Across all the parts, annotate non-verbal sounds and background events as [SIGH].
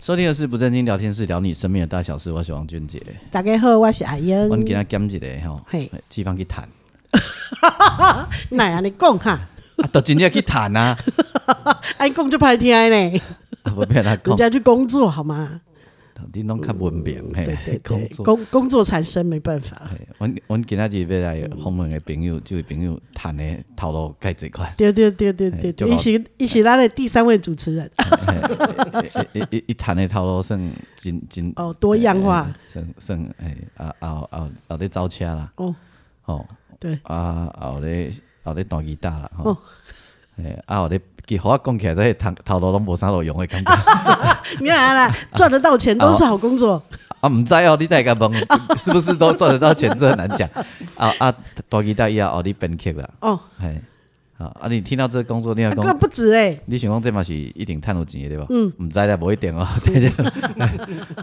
收听的是不正经聊天室，聊你身边的大小事。我是王俊杰，大家好，我是阿英我。们给他讲一个吼嗯嘿，地方去谈，哪安尼讲哈？ [LAUGHS] 啊，都真正去谈 [LAUGHS] 啊，安讲就歹听呢，啊不要他人讲，家去工作好吗？你拢较文明对对嘿，哎工对，作。哎工工作缠身没办法。，嘿阮阮今仔日要来访问的朋友，这位朋友谈的头路介济款 [LAUGHS] 对对对对对，哎就对一起一起拉的第三位主持人伊伊伊谈的头路算真真哦，多样化，算算诶，啊啊啊啊咧走车啦，哦，吼对，啊啊有咧啊有咧弹吉他啦，哦吼，诶啊有咧，其实我讲起来，这头头路拢无啥路用的感觉。你看啦，赚得到钱都是好工作。啊，唔知哦，你大家问 [LAUGHS] 是不是都赚得到钱，这很难讲。啊啊，大吉大以后，哦，你编曲啦，哦，嘿，啊啊，你听到这个工作，你要那个讲，不止哎，你想讲这嘛是一定赚有钱的对吧？嗯，唔知啦，无一定哦。 [LAUGHS] 对对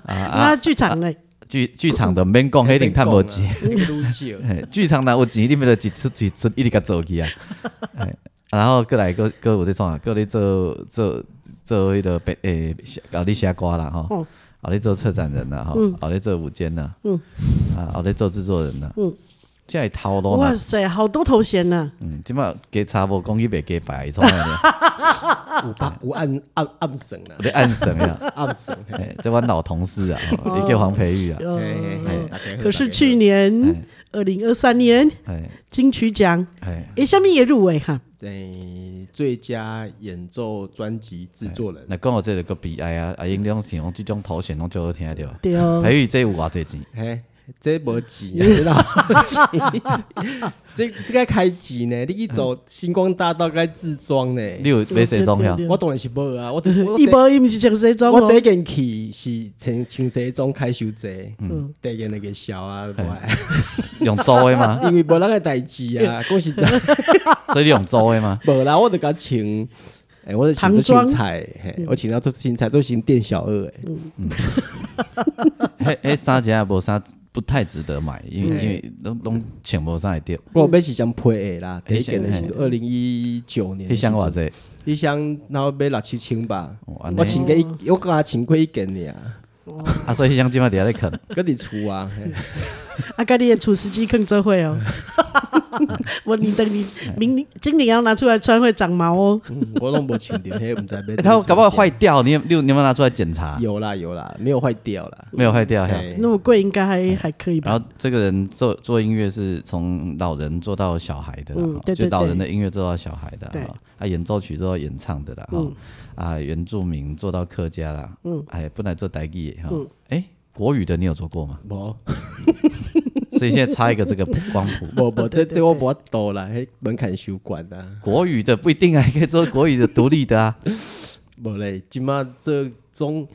啊那剧场嘞，剧剧场都免讲，那一定赚无钱。愈少， [LAUGHS] 嘿剧场若有钱，你咪就一出一出一直甲做去啊。 [LAUGHS] 嘿啊然后过来，搁搁有在创啊，搁咧做做做迄个编诶，写搞你写歌啦吼哦，搞咧做策展人啦吼，嗯搞咧做舞监啦，嗯，啊，搞咧做制作人啦，嗯，这会头路啦哇，塞，好多头衔呢。嗯，即摆加差无讲伊袂加白，伊创啊，有啊白有暗暗暗神啦， [LAUGHS] 咧暗算啊，暗神。嘿嘿这阮老同事啊，吼伊叫黄培玉啊，哦嘿嘿大家好可是大家好去年二零二三年哎金曲奖，哎，哎，下面也入围哈。诶最佳演奏专辑制作人，那讲我这个个悲哀啊，啊，因种像即种头衔拢最好听着。对哦，培玉这有偌济钱？嗯嘿，这无钱啊，这哪有钱？ [LAUGHS] 这这该开钱呢？你去走星光大道该自装呢？你有买西装了？我当然是无啊，我我嗯一波一米是讲谁装我哦第？一件去是穿穿西装开收者，嗯第一件那个笑啊，无爱 [LAUGHS] 用租的吗？因为无那个代志嗯啊，讲实在。所以你用租的吗？无啦，我就甲穿，诶、我就穿做青菜，嘿，我穿到做青菜，做成店小二诶、迄迄衫真也无啥，不太值得买，因为因为拢拢穿无啥会着。我买是想配诶啦，第一件的那是二零一九年的迄时候，箱偌济？迄箱然后买六七千吧，哦安尼我穿过一，我甲穿过一件尔，啊，所以迄箱即摆伫遐咧啃。搁伫厝啊，嘿 [LAUGHS] 阿啊盖你的厨师机更真会哦。我你等你明年今年要拿出来穿会长毛哦。嗯我拢无穿着，嘿，毋知买。欸它搞不好坏，掉，你有你有你有没有拿出来检查？有啦有啦，没有坏掉啦。没有坏掉嘿嘿那么贵应该还还可以然吧？后这个人做做音乐是从老人做到小孩的啦，嗯哈对对就老对人的音乐做到小孩的对嗯哈，啊，演奏曲做到演唱的啦，哈，啊，原住民做到客家啦，嗯，哎，本来做台语的哈，嗯哎，国语的你有做过吗？ [LAUGHS] 无所以现在差一个这个光谱，无无，这这我无法度啦，迄门槛收悬啊。国语的不一定啊，可以做国语的独立的啊。 [LAUGHS] 无咧，即马做中，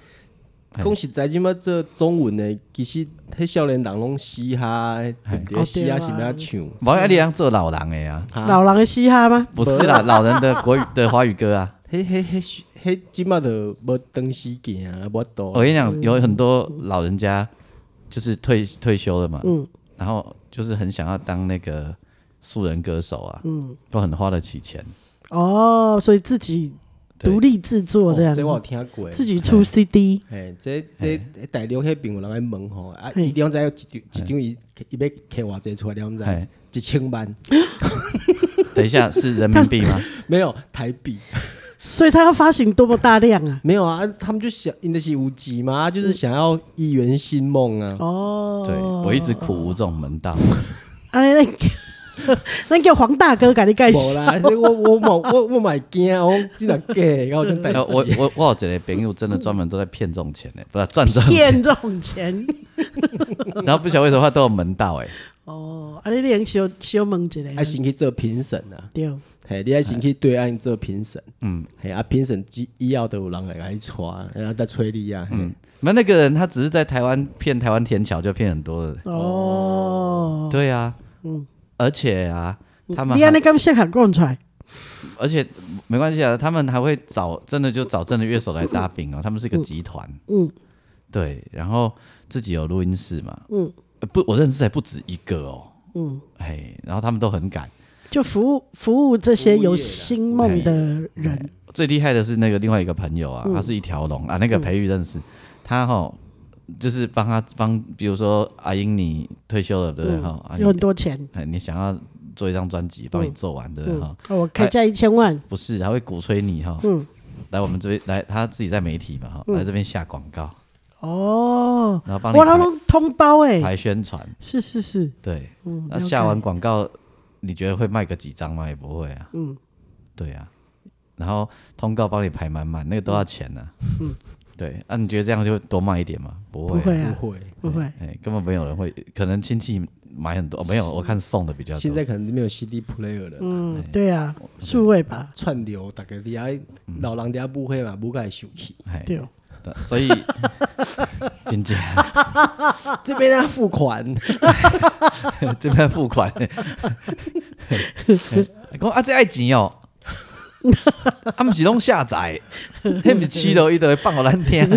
讲实在，即马做中文的，其实迄少年人拢嘻哈，对哦不对？嘻哈对是啊要唱，毛爱丽做老狼的啊，哈，老狼的嘻哈吗？不是 [LAUGHS] 啦，老人的国语的华语歌啊。迄迄迄迄即马就无当时行啊，无多我。跟你哦讲，有很多老人家就是退退休了嘛，嗯然后就是很想要当那个素人歌手啊，嗯都很花得起钱。哦，所以自己对独立制作哦这样，啊这我有听过。自己出 CD。嘿，这这大陆迄边有人来问吼，啊，嘿伊两知有一张一张伊伊要摕偌济出来，你毋知道？哎，一千万 [LAUGHS] 等一下是人民币 [LAUGHS] 吗？没有台币。所以他要发行多么大量啊！没有啊，他们就想，因的是有钱嘛，啊就是想要一圆心梦啊。嗯哦，对，我一直苦无这种门道。哎，那个那叫黄大哥给你盖无起，啦，这我我冇我我买惊，我真若 [LAUGHS] 假的，我嗯真代呃我我我有一个朋友真的专门都在骗这种钱呢，不是赚这种钱，骗这种钱。然后不晓得为什么他都有门道哎。哦，啊，你连小小问一下嗯啊，先去做评审啊，对，嘿，你爱先去对岸做评审，嗯嘿，啊，评审之以后都有人来来带，然后再催你啊，嘿嗯，那那个人他只是在台湾骗台湾天桥就骗很多的，哦，对啊，而且啊，他们你还安尼敢适合讲出来？而且没关系啊，他们还会找真的就找真的乐手来搭饼哦，他们是一个集团，嗯，对，然后自己有录音室嘛，嗯呃，不，我认识还不止一个哦，嗯，哎，然后他们都很敢，就服务服务这些有星梦的人，最厉害的是那个另外一个朋友嗯啊，他是一条龙啊，那个培育认识、他哈、就是帮他帮，比如说阿英你退休了对不对哈、啊嗯有很你多钱，哎你想要做一张专辑，帮你做完对不对哈、嗯，哦我开价一千万，不是，他会鼓吹你哈、嗯，来我们这边来，他自己在媒体嘛哈，来这边下广告，哦，然后帮你哇，他排们通包哎，排宣传，是是是，对，嗯，那了解下完广告，你觉得会卖个几张吗？也不会啊，嗯，对啊，然后通告帮你排满满，那个都要钱呢、嗯，对，那、你觉得这样就会多卖一点吗？不不会、啊，会啊，不会，不会，哎、根本没有人会，可能亲戚买很多，哦、没有，我看送的比较现多，在可能没有 CD player 了。哎嗯，对啊，数位吧，串流，大家底下嗯老人底下不会嘛，不该生气。哎，对，哦对所以 [LAUGHS] 金姐这边要付款， [LAUGHS] 这边付款，讲啊这爱钱哦。啊，毋是拢下载，迄毋是七楼伊都会放互咱听。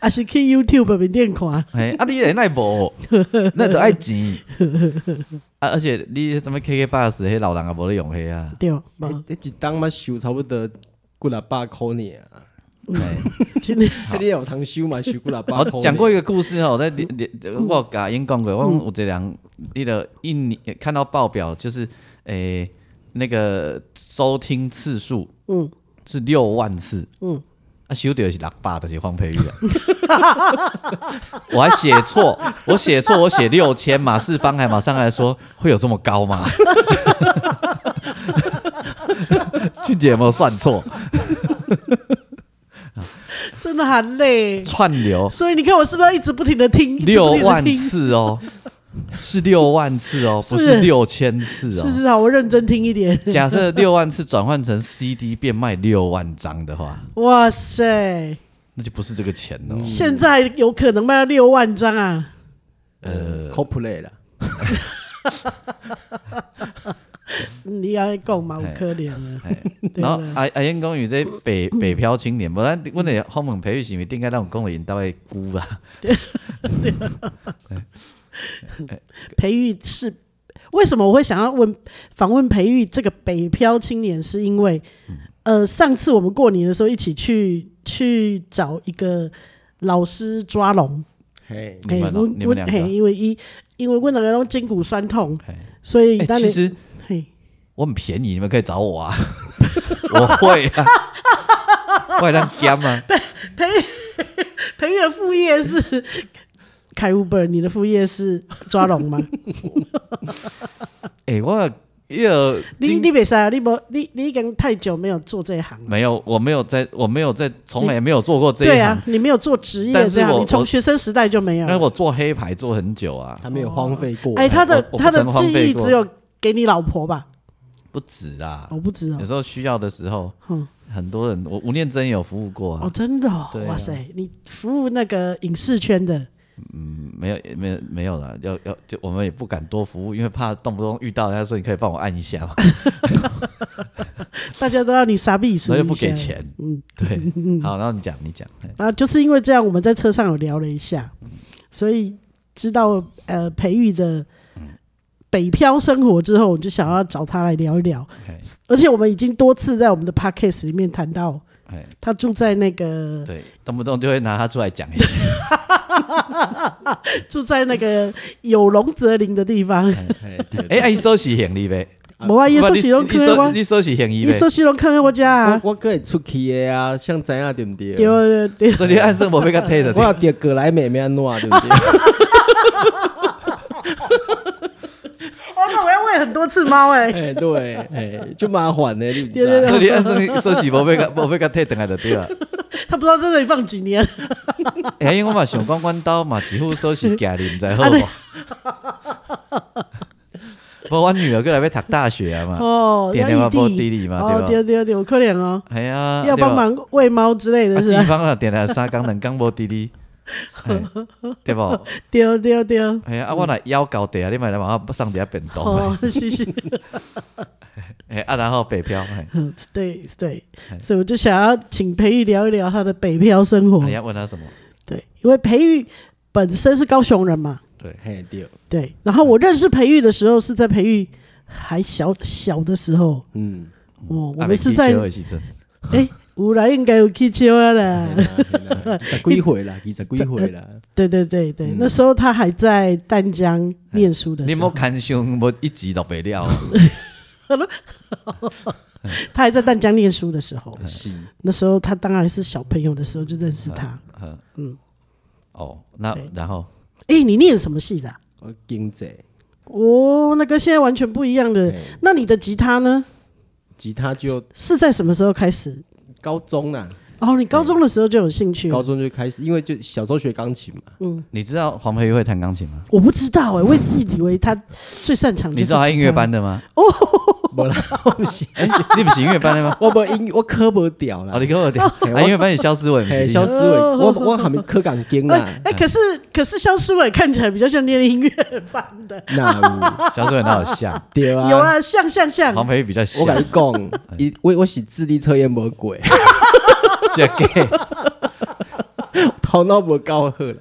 啊是去 YouTube 面顶看，哎，啊，你来奈无，那都爱钱。啊，而且你什么 KK bus，迄老人也无咧用迄啊。对，哦无，你哎一档嘛收差不多几啊百块呢。哎真的， [LAUGHS] 你有通收嘛？收几 [LAUGHS] 啊百块我呢。讲过一个故事哦，我在连连我甲因讲过，我讲有一个人，你的一年看到报表就是，诶，那个收听次数嗯是六万次，嗯，啊，收到的是六百，就是黄培玉啊。我还写错，我写错，我写六千，马世芳还马上来说会有这么高吗？俊姐有没有算错？真的很累。串流所以你看，我是不是要一直不停的听？一直六不停地万听，次哦，是六万次哦，是不是六千次是哦。是好，我认真听一点。假设六万次转换成 CD 变卖六万张的话，哇塞，那就不是这个钱哦。现在有可能卖到六万张啊！呃，cosplay 啦，嗯你要讲嘛，有可怜啊，哎对然后啦，阿阿燕公寓这北北漂青年，无咱阮的访问培育是毋是顶该咱有讲的因兜的姑啊？培育是为什么我会想要问访问培育这个北漂青年，是因为嗯呃，上次我们过年的时候一起去去找一个老师抓龙，嘿，你们哎哦嘿我你们两我嘿个，因为一因为我两个都筋骨酸痛嘿，所以哎，当其你实嘿。我很便宜，你们可以找我啊， [LAUGHS] 我会啊， [LAUGHS] 我会当兼啊，培培育的副业是 [LAUGHS] 开 Uber，你的副业是抓龙 [LAUGHS] 吗？哎，我有你你别啊，你不你你已经太久没有做这一行了。没有，我没有在，我没有在，从来没有做过这对一行啊，，你没有做职业但是这样，我你从学生时代就没有但是了。我做黑牌做很久啊，他没有荒废过。哎，他的我我不他的曾荒记废忆过只有给你老婆吧？不止啊我，不知道有时候需要的时候嗯，很多人，我吴念真也有服务过啊哦，，真的哦对，啊哇塞，你服务那个影视圈的，没有，没有，没有了。要要，就我们也不敢多服务，因为怕动不动遇到人家说你可以帮我按一 [LAUGHS] 下嘛，大家都要你傻逼死，然后又不给钱。嗯，对， [LAUGHS] 好，然后你讲，你讲。嘿啊，就是因为这样，我们在车上有聊了一下，所以知道呃培育的北漂生活之后，我就想要找他来聊一聊。嘿而且我们已经多次在我们的 podcast 里面谈到，嘿，他住在那个对，动不动就会拿他出来讲一下。 [LAUGHS] 住在那个有龙则灵的地方。嘿，对哎，啊，伊收起行李呗，我啊，也不说你西龙你坑收我，你收起行李你呗。说西龙坑我家啊，我我可会出去的啊，像怎样对不对？有对所以你按生活被他推着我的。要点过来妹妹安怎对 [LAUGHS] 不对？哦，那我要喂很多次猫哎、 [LAUGHS] 哎，对，哎，就麻烦呢，你对对对知道？所以你按生收起，无被他无被他推等来就对了。 [LAUGHS] 他不知道在这里放几年，啊哎，因为我嘛想讲，阮兜嘛几乎收起家里，毋知好无？ [LAUGHS] 无阮女儿过来要读大学啊嘛，哦，点点嘛要无异地地，理嘛，哦，对对对对，有可怜哦，吧？系啊，要对吧帮忙喂猫之类啊，的是军吧？方啊，定定三工两工无滴 [LAUGHS] 滴，嘿对无？对对 [LAUGHS] 对，哎呀，啊，我若腰高地啊，你咪来往我送一下便当哦，嘛，是 [LAUGHS] 是，哎，啊，然后北漂，嘿嗯对对，哎所以我就想要请培育聊一聊他的北漂生活啊，你，要问他什么？对，因为培育本身是高雄人嘛，对，嘿对，对，然后我认识培育的时候是在培育还小小的时候，嗯，哦，我啊们是在没起手的时阵，哎，有来应该有去秋啊哎啦，十几 [LAUGHS] 岁啦，二十几岁啦，对对对对，那时候他还在淡江念书的哎你时莫候，看胸，无一集都袂了啊，嗯他还在淡江念书的时候，是，那时候他当然是小朋友的时候就认识他。嗯哦，那对然后哎，你念什么系的啊？我经济，哦，那跟现在完全不一样的。嘿那你的吉他呢？吉他就是在什么时候开始？高中啦，哦，你高中的时候就有兴趣？高中就开始，因为就小时候学钢 [LAUGHS] 琴嘛，你知道黄培玉会弹钢琴吗？我不知道哎、我一直以为他最擅长嗯就是哦你知道他吉音乐班的吗？无 [LAUGHS] 啦，我不是，哎，你不是音乐班的吗？我无音，我科无掉啦哦，，你跟我讲， [LAUGHS] 啊，音乐班是肖思文，不是嘿，你肖思伟，哦我我还没科钢经他。哎、啦哎、，可是可是肖思伟看起来比较像念音乐班的，那肖思文他好 [LAUGHS] 像，对啊，有啊，像像像，黄培玉比较像我，跟你 [LAUGHS] 讲，哎伊我我是智力测验无过，这 [LAUGHS] 个头脑无够好啦。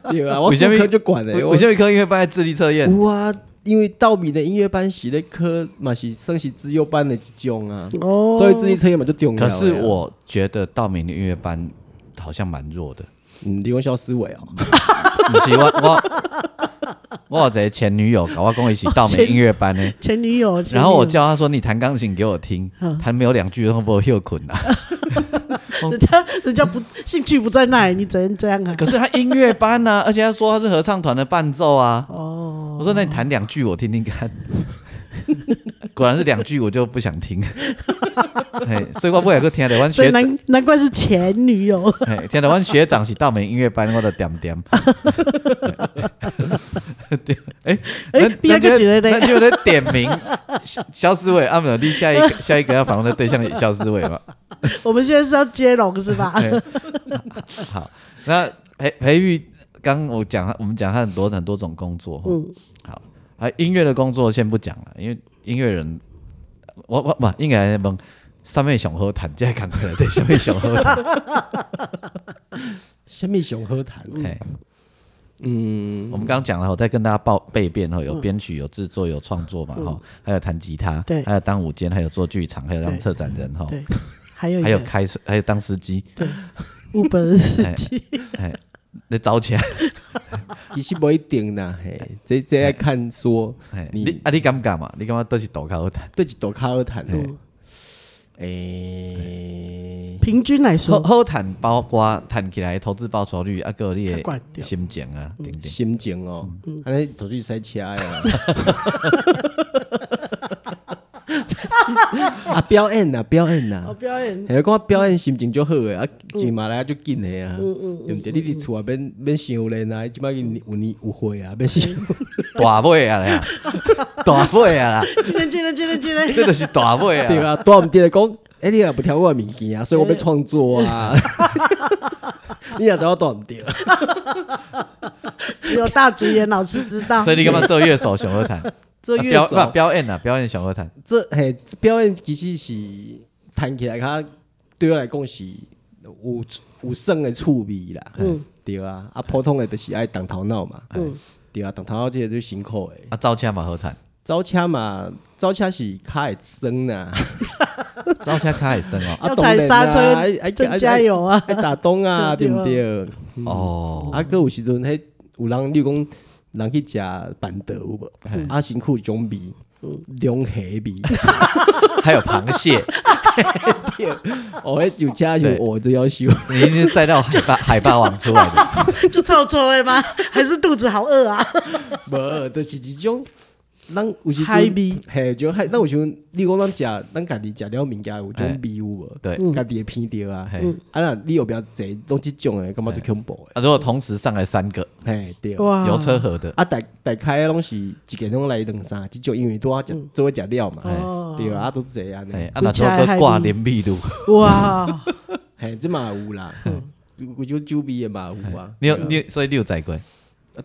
[LAUGHS] 对啊，我为什上么课就管为了。为什么科音乐班的智力测验？有啊，因为稻米的音乐班是咧科嘛是算是资优班的一种啊，哦，所以智力测验嘛就重要的可啊。是我觉得道明的音乐班好像蛮弱的，嗯，你用肖思维哦， [LAUGHS] 不是我 [LAUGHS] 我我有一个前女友搞我跟我一起道明音乐班呢。 [LAUGHS] 前女友，前女友嗯然后我叫她说：“你弹钢琴给我听。”弹没有两句，然后把我又困啊了。人家人家不兴趣不在那里，你怎能这样啊？可是她音乐班呢、 [LAUGHS] 而且她说她是合唱团的伴奏啊。哦，我说：“那你弹两句我听听看。” [LAUGHS] 果然是两句，我就不想听。 [LAUGHS] 嘿所以我不有个听台湾所学以长，难难怪是前女友。嘿听台湾学长是道明音乐班我的点点。 [LAUGHS] 对，哎哎那比较那就一就个呢那就得点名肖肖思伟，阿姆啊你下一 [LAUGHS] 个下一个要访问的对象是肖思伟嘛？我们现在是要接龙是吧？对好，那培培育，刚我讲他，我们讲他很多很多种工作，嗯，好，啊，音乐的工作先不讲了，因为音乐人，我我不应该问上面想喝谈，这看过 [LAUGHS] 来对上面想喝谈，虾米熊喝谈，哎，嗯，我们刚刚讲了，我再跟大家报背遍嗯哈，有编曲，有制作，有创作嘛哈，齁还有弹吉他，对还有当舞监，还有做剧场，还有当对策展人哈，齁对，还有一还有个开车，还有当司机，日本的司机，哎，你找起来，其实不一定啦，嘿，这这要看说哎你你啊你敢不敢嘛？你感觉都是抖较好谈？对一朵卡喝谈哦，诶，平均来好说，好谈包括谈起来投资报酬率啊，还有你较悬的对心情啊，等等。心情哦，安尼走去塞车呀。 [LAUGHS] 啊，表演呐，表演呐我，表演系讲表演心情足好诶，啊，钱嘛来啊足紧诶啊，对毋对？你伫厝内免免想咧呐，即摆有年有岁啊，免想。大尾啊啦， [LAUGHS] 大尾啊啦， [LAUGHS] 今天今天今天今天，这就是大尾对啊。啊，多毋对讲，诶，你也不听我诶物件啊，所以我要创作啊。你也知我多毋对，只有大主演老师知道所。以你干嘛做乐手想要谈？做啊乐表手不表演啊，表演想要谈。这嘿这表演其实是弹起来较对我来讲是有有算诶趣味啦。嗯对啊，啊，普通诶就是爱动头脑嘛。嗯，对啊，动头脑即个最辛苦诶。啊，造车嘛好谈，走车嘛，走车是较会酸呐、造车较会生 [LAUGHS] 哦。啊，哎要踩刹车当然啦，增加油啊！爱打洞啊，对对毋啊对？哦，啊，佮有时阵迄有人，你讲人去食板豆有无？啊，辛苦种味，龙虾味， [LAUGHS] 还有螃蟹， [LAUGHS] 哦，迄就车就对我就要修。你一定是载到海霸海霸王出来哎的。就臭臭的吗？还是肚子好饿啊？无，就是一种咱有时海阵味，嘿，就海，咱有时阵，你讲咱食，咱家己食了物件有种味有无？对，嗯家己会偏着啊。嘿啊，那你有不要坐拢即种诶，感觉就恐怖啊，如果同时上来三个诶。嘿，对。哇，油车河的，啊，大大开拢是一个拢来两三，即种因为拄啊食做伙食了嘛，嗯哦对啊，啊都是这样哎尼，，啊，那就个挂连壁炉，哇，嘿，即嘛有啦，嗯有有酒味诶嘛有啊，你有你，所以你有载过，啊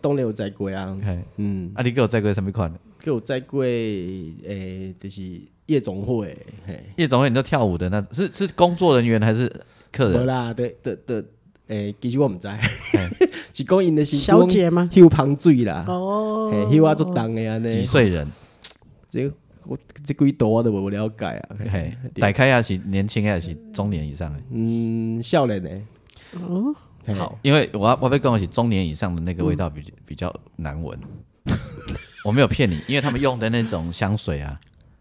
当然有载过啊，嘿，嗯，啊，你给我载过什么款？还有载过诶，就是夜总会，嘿，夜总会你都跳舞的那，是是工作人员还是客无人？啦，对对对，诶，其实我毋知， [LAUGHS] 是讲因的是小姐吗休芳水啦，哦嘿，，休啊足重诶安几尼，岁人？这我这几道我都无了解啊，嘿，对打开也是年轻的，也是中年以上的。嗯，少年诶，哦，好，因为我要我被讲的是中年以上的那个味道比比较难闻。我没有骗你，因为他们用的那种香水啊，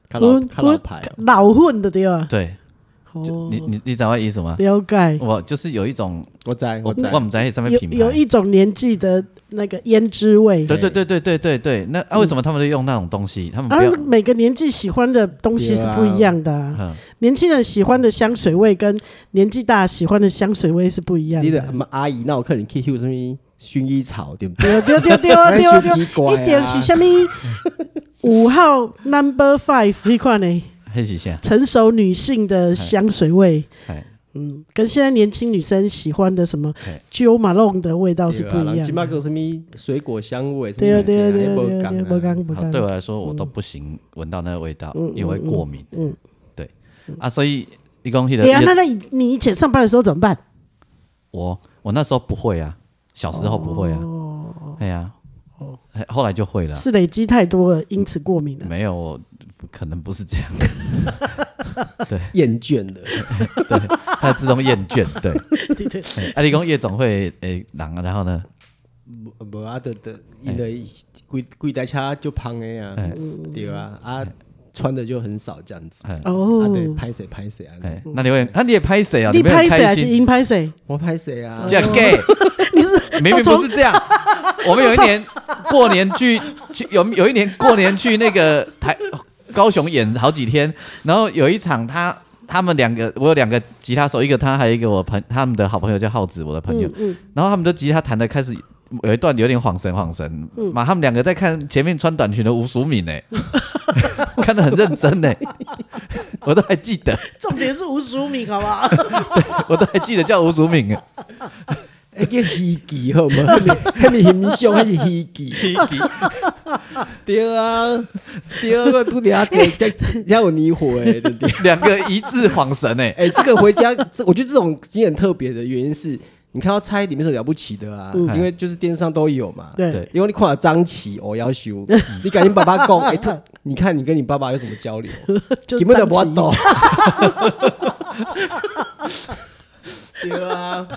较老我较老牌哦。老混的对吧？对，就哦你，哦你你知道我意思吗？了解。我就是有一种，我知我我知，我们在上面有品有牌，一种年纪的那个胭脂味，对对对对对对对。那啊，为什么他们都用那种东西？他们不啊要，，每个年纪喜欢的东西是不一样的啊、嗯，年轻人喜欢的香水味跟年纪大喜欢的香水味是不一样你的的。阿阿姨，那有可能去有什么薰衣草对不对？丢丢丢丢丢丢，咱是奇怪啊一点是下面五号 number five 那款呢？黑喜线，成熟女性的香水味，哎，嗯，跟现在年轻女生喜欢的什么哎 Jo Malone 的味道是不一样起码的。有什么水果香味，什么对啊对啊对啊那对啊，没不讲啊刚不好刚对，我来说，我都不行闻到那个味道，因为我会过敏。嗯，对啊，所以一共记得对啊，那那你你以前上班的时候怎么办？我我那时候不会啊，小时候不会啊，哎呀，哎后来就会了。哦是累积太多了，因此过敏了。没有，我可能不是这样， [LAUGHS] 厌倦的，它自动厌倦。对， [LAUGHS] 对对，哎啊，你讲夜总会诶，人啊，然后呢，无无啊，得得，因哎为规规台车就胖的呀，对啊，啊穿的就很少这样子，哎哦啊，得拍谁拍谁啊，嗯哎，那你会，啊，你也拍谁啊？你没有拍谁还开是心？因哦拍谁？我拍谁啊这，样 gay，你是明明不是这样。我们有一年过年去去有有一年过年去那个台高雄演好几天，然后有一场他他们两个，我有两个吉他手，一个他，还有一个我朋他们的好朋友叫浩子，我的朋友，然后他们的吉他弹的开始。有一段有点晃神晃神，嘛、他们两个在看前面穿短裙的吴淑敏呢、看得很认真呢、欸我都还记得，重点是吴淑敏，好不好？我都还记得叫吴淑敏、欸，那哎叫戏剧好吗？那是形象，那是戏剧。对啊，对啊，我拄着这这这有泥火诶，对不 [LAUGHS] 对？两个一致晃神欸呢、哎、这个回家，这我觉得这种经验很特别的原因是，你看到猜里面是有了不起的嗯啊，因为就是电视上都有嘛。对对， [LAUGHS] 因为你看到张琪，我 [LAUGHS] 要修，你赶紧爸爸讲，哎、他你看你跟你爸爸有什么交流？就根本就张不琪 [LAUGHS] 懂。对啊，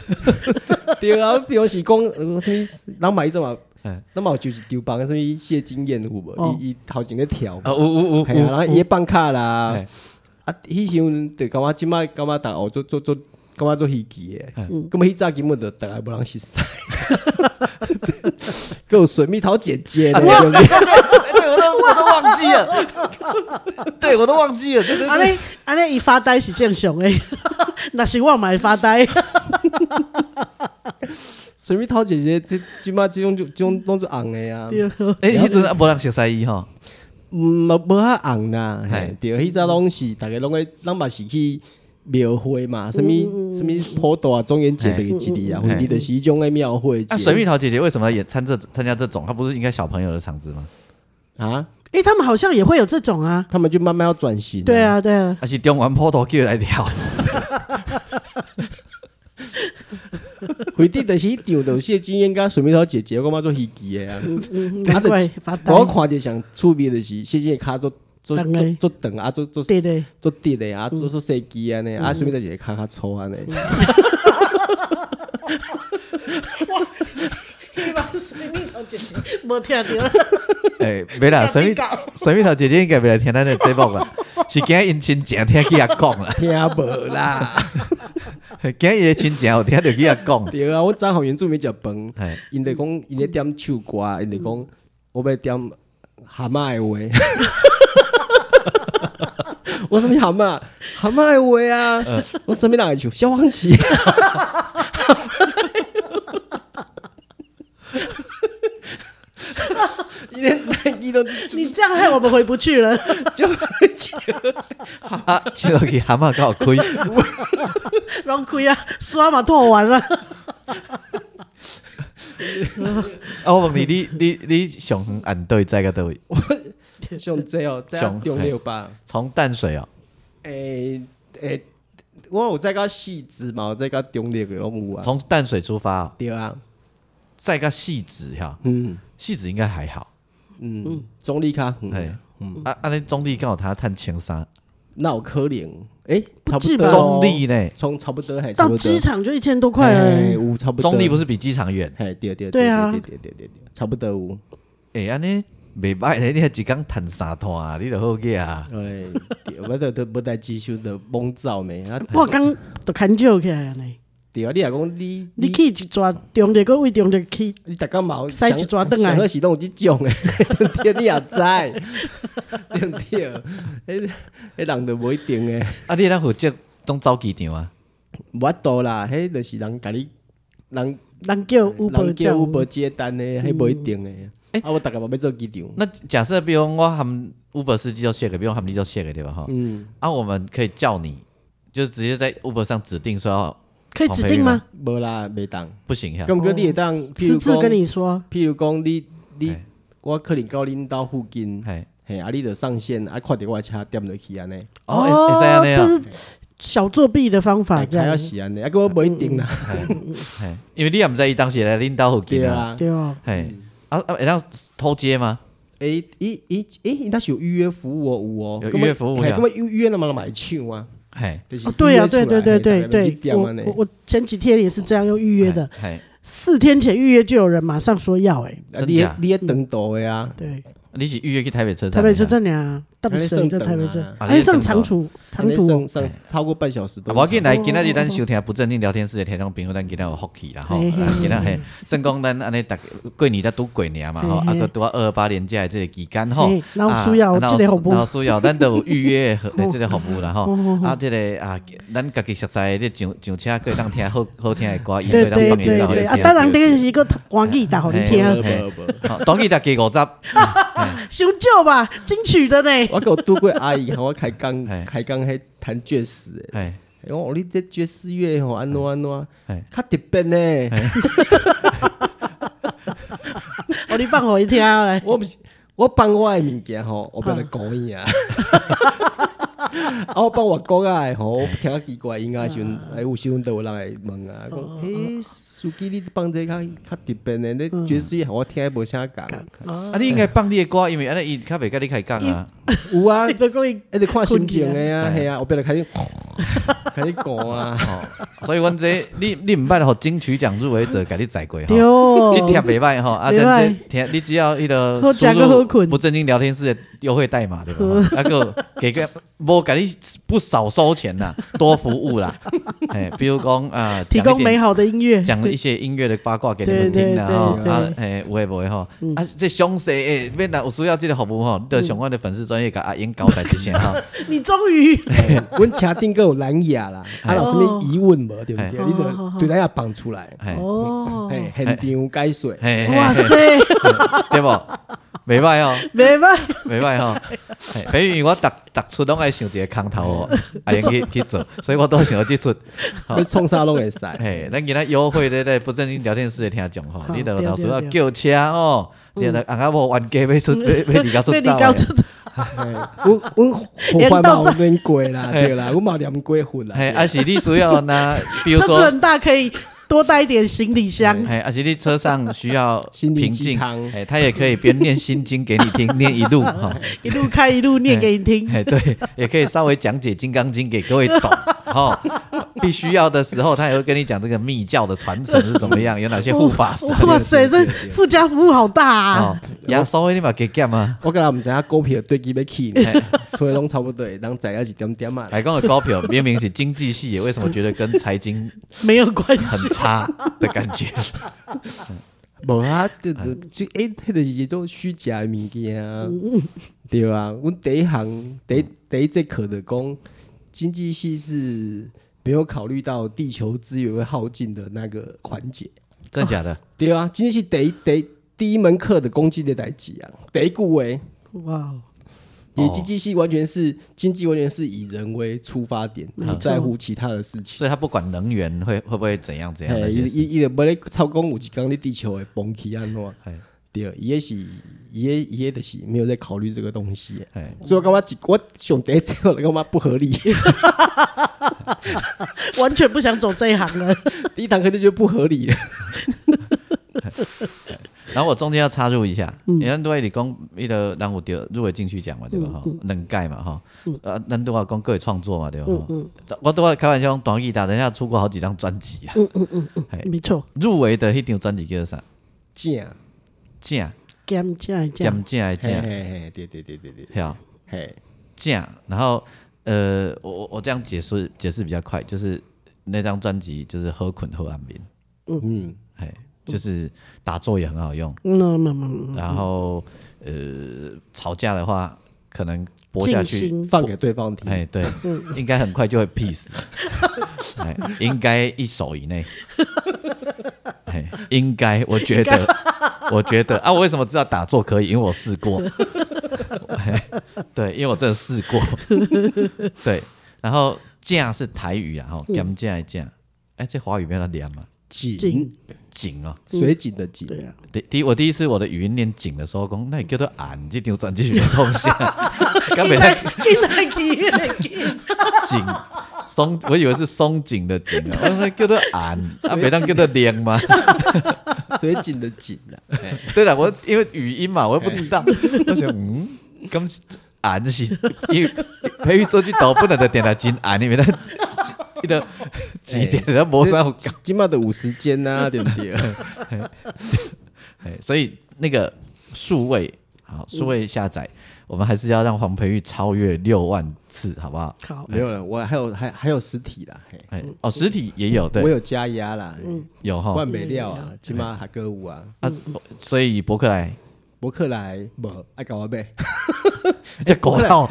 [LAUGHS] 对啊，比如是讲呃什么，人买一种嘛嗯，那么就是丢棒什么谢金燕有无哦？伊伊头前咧跳嘛，啊，吴吴吴系啊，然后伊咧放卡啦 [LAUGHS] 哎，啊，迄时阵就感觉即摆感觉逐学做做做，感觉做戏剧诶，嗯咁啊么迄早根本就逐个无人识识， [LAUGHS] 还有水蜜桃姐姐咧，啊对不对？哎对，我都我都忘记了， [LAUGHS] 对我都忘记了，对对安尼安尼，伊发呆是正常诶， [LAUGHS] 若是我买发呆， [LAUGHS] 水蜜桃姐姐这即摆即种就即种拢做红诶啊，对哎，迄阵啊，无人熟悉伊吼，嗯，无无遐红啦，嘿嘿对，迄早拢是逐个拢咧，咱嘛是去。庙会嘛，嗯什物什物普渡啊，中元节袂记哩啊，嗯嗯或者就是迄种诶庙会节。啊，水蜜桃姐姐为什么也参这参加这种？她不是应该小朋友的场子吗？啊，诶、他们好像也会有这种啊。他们就慢慢要转型。对，啊，对啊，而且中完坡头叫来 [LAUGHS] 跳，回地就是一场，就是谢金燕甲水蜜桃姐姐，我感觉做戏剧的啊。嗯啊难怪就发呆。我看着上趣味就是谢金燕骹做做长的做做长啊，做做对嗯对，做直的啊，做做设计安尼啊，水蜜桃姐姐骹较粗安尼。嗯你把水蜜桃姐姐无听到，哎，没 [LAUGHS] 啦，水蜜水蜜桃姐姐应该没来听咱的节目啦，是今日因亲情听去阿讲啦，听无啦， [LAUGHS] 今日的亲情有听着去阿 [LAUGHS] 讲，对啊，我昨互原住民食饭，哎，嗯因着讲因咧点唱歌，因着讲我要点蛤蟆的话。 [LAUGHS] 我什么蛤蟆？蛤蟆的话啊！我身边哪个球？消防旗。一天带一都你这样害我们回不去了。 [LAUGHS] 就啊，这个蛤蟆搞亏，狼亏啊，刷嘛脱完了，啊，我问你，你你你上远岸对在个位？就上这哦，这上中六吧。从淡水哦，诶诶，我有在到细致嘛，有在到中立的拢有啊。从淡水出发哦，对啊，再个细子哈，嗯细子应该还好，嗯，中立较哎远，，啊啊，那中立刚好他探前三，那有可能诶，差不不至多吧哦中立呢，从差不多还差到不多哎机场就一千多块啊嘿了。有差不多中立不是比机场远？嘿，对对对啊对对对对对，差不多有。哎，安尼袂歹咧，你还一工趁三趟啊，你就好个啊。哎，对我都都不带继续的蒙走没啊？我刚都砍酒起来了呢。对啊，你若讲你你去一抓中立，搁为中立去，你逐工嘛有塞一想抓回来想好是拢有即种诶，对你也知，对不对？迄迄人就无一定诶， [LAUGHS] 啊，你咱负责当走机场啊？无法度啦，迄就是人甲你人人叫乌伯哎人叫叫嗯 Uber 接单诶，迄无一定诶。啊，我逐个嘛要做机场，那假设，比如说我含 Uber 司机就卸给，比如含你就卸给，对吧？哈，嗯，啊，我们可以叫你，就是直接在 Uber 上指定说要可以指定吗？无啦，袂当。不行呀咁，过你会当，哦譬哦私如自跟讲，你说，譬如讲你你哎，我可能到恁兜附近，哎，嘿，啊，你就上线，啊，看着我的车点落去安尼，哦，会会使安尼这啊，是小作弊的方法，哎这开样啊是安尼，啊，个我无一定嗯啦，嘿因为你也不知伊当时来领导有对见啊，啊。对哦。嘿，啊啊，会当偷接吗？诶，咦咦咦，那是有预约服务哦，有有哦，预约服务呀那么预约那么买唱啊，嘿，就是哦，对啊，预对约出来对对对嘿大概要去对，点哎我啊呢我我前几天也是这样用预约的，嘿，四天前预约就有人马上说要，哎，啊真你也假你也等到的啊，对，你是预约去台北车站？啊台北车，站俩，大不还谁剩在等台北啊车啊，还你上等长哦途长那途啊上，上超过半小时都啊，有我紧来，今仔日哦咱哦收听不正经聊天室的听众朋友，咱今仔有福气啦吼，嘿嘿咱今仔嘿，算讲咱安尼，逐过年才拄过年嘛吼，啊嘿嘿个拄啊二二八年假的这个期间吼嘿，哪有啊需要哪这个服务哪有需要，咱 [LAUGHS] 都有预约的的这个服务啦吼哦哦，啊，这个啊，咱家己熟悉的这上上车可以当听好好听的歌，也对当对放对音乐对，哎给啊，咱当 [LAUGHS] 听然这个是一个歌曲，啊打好你 [LAUGHS] 听，嘿无无无，好当然大家五十，想旧吧，金曲的呢，我跟我拄过阿哎姨， [LAUGHS] 喊我开讲嘿开讲迄弹爵士的，哎我说哦你这爵士乐吼安怎安怎，哎，较特别呢，我你放好一听啊来，我不是我放我的物件哎吼，我变来讲伊啊。 [LAUGHS] 啊！我放外国啊的吼，我听较奇怪的音乐的时阵，啊哎，有时阵都有人会问哦啊，讲，诶，司机你放这较较特别的，嗯你爵士乐和我听的无啥共。 [LAUGHS] 哦啊，你应该放你的歌，因为安尼伊较袂甲你开讲啊，有 [LAUGHS] 啊，你都 [LAUGHS] 故意一直看心情的啊，困去啊系啊，后壁就开始开始讲啊，哦，所以阮这你你毋捌互金曲奖入围者，甲你载过哦吼。丢这贴袂歹吼，啊，哦袂但歹这贴你只要迄个好输食搁好入困不正经聊天室的优惠代码对吧？那个给个无给你不少收钱 [LAUGHS] 啦，多服务啦，哎，比如讲啊，提讲一供点美好的音乐，讲了一些音乐的八卦给你们听啦对吼对，嗯对啊对，诶，有诶无诶吼，啊，这详细诶，免啦，有需要这个服务吼，你嗯就上阮的粉丝专业甲阿英交代一下 [LAUGHS] 吼，你终于啊阮车顶个有蓝牙啦，啊，有啥物疑问无对不对？嘿你哦好好就好对咱也放出来，嘿哦，嘿，现场解说，嘿，嘿哇，塞，嘿对不？袂歹哦，没办法，袂 [LAUGHS] 歹吼，嘿哦比如我逐逐出拢爱想一个空头哦，阿英 [LAUGHS] 去去做，所以我都想到即出。好要创啥拢会使。嘿，咱今仔优惠咧咧不正经聊天室的听众吼，好你着对老师对要对叫车哦，你着阿阿无冤家要出要要离家出被嗯你走搞的。出，嘿阮阮火花嘛有念过啦，对啦，阮嘛有念过婚啦，嘿，对啊是你需要 [LAUGHS] 呢，比如车子说，很大，可以多带一点行李箱。嘿，啊是你车上需要心灵平鸡静汤，嘿，他也可以边念心经给你 [LAUGHS] 听，念一路哈。一路开一路念给你听。[LAUGHS] 哎，对，也可以稍微讲解《金刚经》给各位懂哦。必须要的时候，他也会跟你讲这个密教的传承是怎么样，有哪些护法神哇塞，这附加服务好大哦啊！。亚索你嘛给减啊，我个人毋知影股票对几要起呢，所以拢差不多，人知影一点点啊嘛。来讲的股票明明是经济系，为什么觉得跟财经没有关很系，差的感觉。无啊，就就就诶，迄就是一种虚假诶物件啊，嗯对啊，阮第一行第一第一节课就讲，经济系是没有考虑到地球资源会耗尽的那个环节，真假的？对啊，经济系第一第一第一门课的攻击的代志啊，第一句话。哇哦，你经济系完全是经济，完全是以人为出发点，嗯不在乎其他的事情。所以他不管能源会会不会怎样怎样嘿，啊那些伊事，伊伊就无咧操讲有一天你地球会崩起安怎？哎对，伊也是，伊也伊也就是没有在考虑这个东西的。哎，所以我感觉一我上第一次我就感觉不合理，完全不想走这一行了。第一堂课就觉得不合理了。然后我中间要插入一下，因为咱对你讲，伊个让我丢入围进去讲嘛，对吧？哈，能盖嘛，哈，呃，咱对我讲各位创作嘛，对吧？哈我对我开玩笑，讲，短义达人家出过好几张专辑啊，嘿没错，入围的迄张专辑叫做啥？正，正减价减减，正的正，嘿嘿嘿，对对对对对，对啊嘿，正。然后呃，我我我这样解释解释比较快，就是那张专辑就是喝捆喝安眠，嗯，哎，就是打坐也很好用，嗯嗯嗯，然后呃，吵架的话可能播下静去。心放给对方听。哎，对，应该很快就会 [LAUGHS] peace，哎，应该一手以内，哎，应该，我觉得，我觉得啊，我为什么知道打坐可以？因为我试过，哎对，因为我真的试 [LAUGHS] 过，对，然后架是台语啊，然后干架一架，哎，这华语没有念嘛，井静，紧哦。水井的井，对啊，第第我第一次我的语音念紧的时候，讲那你叫做俺，这丢转进去的东西， [LAUGHS] 根本在进来进来进紧松，我以为是松紧的紧啊，我说叫做 [LAUGHS] 俺，啊，每当叫做连嘛。水井的井啊，对了，我因为语音嘛，我又不知道，我想嗯，咁是俺是因为培育做去倒不能的点了啊紧俺，因为他 [LAUGHS] 一个几点他磨伤 [LAUGHS] 我，今麦的五十间呐，对不对？ [LAUGHS] 哎所以那个数位好数位下载，我们还是要让黄培育超越六万次，好不好？好，没有了，我还有还还有实体啦，嘿。哎，哦，实体也有，我对，有加压啦，有哈万，美料啊，起码还歌舞啊，啊，所以博客来伯克莱无爱搞我呗，哎这狗套。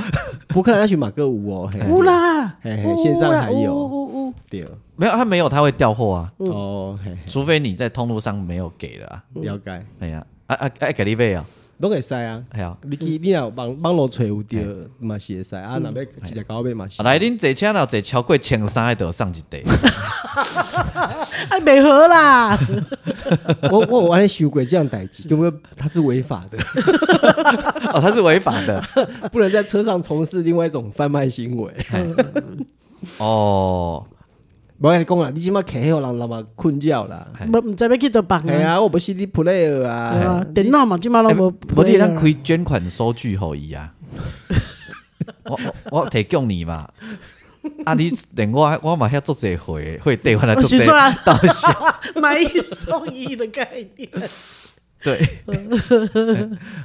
伯克莱要去马歌舞哦，嘿，乌啦，嘿嘿乌线上还有乌乌乌，对，没有，他没有，他会调货啊，哦，嘿，嘿除非你在通路上没有给了啊。嗯了解，哎呀，啊啊啊，给你买啊，拢会使啊，哎呀，啊你嗯去你若网网络找有着嘛是会使啊，若要直接搞我呗嘛啊是，啊来，恁坐车了，坐超过千三的就有送一袋， [LAUGHS] 哎，美和啦，我我我安尼想过这样代志，根本它是违法 [LAUGHS] 的，哦，他是违法的，不能在车上从事另外一种贩卖 [LAUGHS] 行为。哦，无跟你讲啦，你即码客户人人嘛困扰啦，不唔知要去倒办系啊，啊，我不是你 player 对啊啊，电脑嘛，今嘛拢无，哎无哎你咱开捐款收据给伊啊，我我我提供你嘛，啊，你连我我嘛遐做这回会对我来做是这说啊到下， [LAUGHS] 买一送一的概念，对，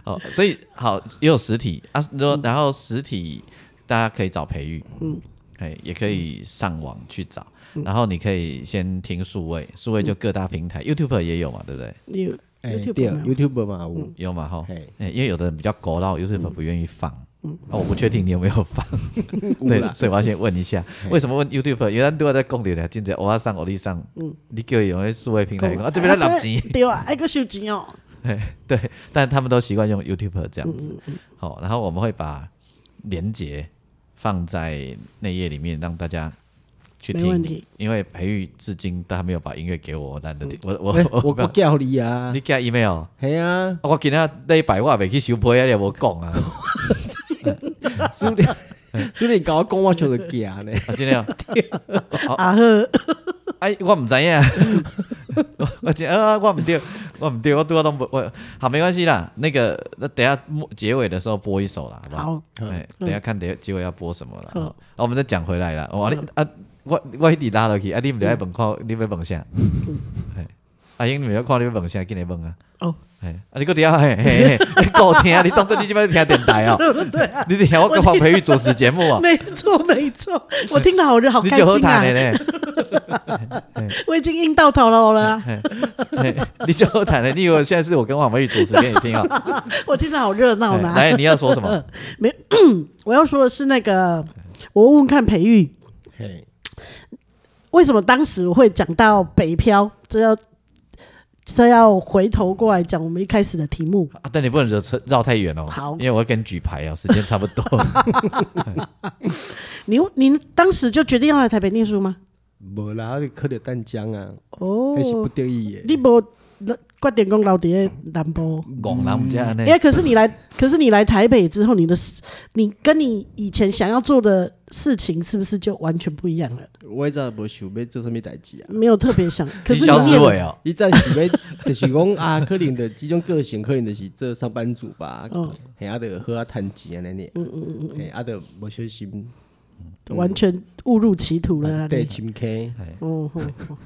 好，所以好也有实体啊，然后然后实体大家可以找培育，嗯，哎，也可以上网去找，然后你可以先听数位，数位就各大平台，YouTube 也有嘛，对不对？ [LAUGHS] 你哎 YouTube 对没有嗯，YouTube 嘛有。有嘛哈嘿，哎因为有的人比较狗闹，YouTube 不愿意放，啊，我不确定你有没 [LAUGHS] 有放，有对啦，所以我要先问一下，为什么问 YouTube？因为咱都在讲的了，现在我要上我力上，你叫用那数位平台，嗯啊这边在拿钱，对啊，爱个收钱哦，对，但他们都习惯用 YouTube 这样子。好、然后我们会把连接放在内页里面，让大家去没听。问题因为培育至今他没有把音乐给我，我懒得听。我我欸我我我叫你 [LAUGHS] 啊你，寄 email，啊系啊，我今仔礼拜我也未去收批啊，你也无讲啊。所以所以你甲我讲，我就是假呢。啊，真的哦，啊呵，哎，我唔知影。我 [LAUGHS] 我真啊，我唔对，我唔对，我对我都不我好没关系啦。那个，那等一下末结尾的时候播一首啦，好不好？好，哎，等一下看结结尾要播什么了。嗯哦啊，我们再讲回来了。哇，你啊，我我一直拉落去，啊，你唔就爱问看，你要问啥？哎，阿英，你要看你要问啥，紧来问啊。嗯哦，哎，啊，你搁底下嘿嘿，嘿你够听啊？你当做你即摆听电台 [LAUGHS] 哦？对啊。你听我跟黄培玉主持节目啊？没错没错，我听得好热，好 [LAUGHS] 你开就好心谈啊的，嘞。我已经硬到头了啦，哎 [LAUGHS] 你就惨了，你以为现在是我跟王美玉主持给你听啊？我听着 [LAUGHS] 好热闹啦。哎来，你要说什 [LAUGHS] 么？啊我要说的是那个，我问问看培育嘿，为什么当时我会讲到北漂，这要这要回头过来讲我们一开始的题目。啊但你不能惹车绕太远哦，好因为我要跟你举牌哦，时间差不 [LAUGHS] 多。你你当时就决定要来台北念书吗？无啦，我就考着淡江啊，哦还，是不得已的。你无决定讲留伫南部。拱狼我们家嗯因为那可是你 [LAUGHS] 来，可是你来台北之后，你的事你跟你以前想要做的事情是不是就完全不一样了？我早无想要做什么代志啊，没有特别 [LAUGHS] 想，可是肖你思念伟哦，伊早想要 [LAUGHS] 就是讲啊，可能的这种个性，可能就是做上班族吧，嗯嘿啊，得好啊趁钱安尼呢，嗯嗯嗯，嘿啊，得无小心完全误入歧途了啦。嗯对嗯你深坑，哦，哦哦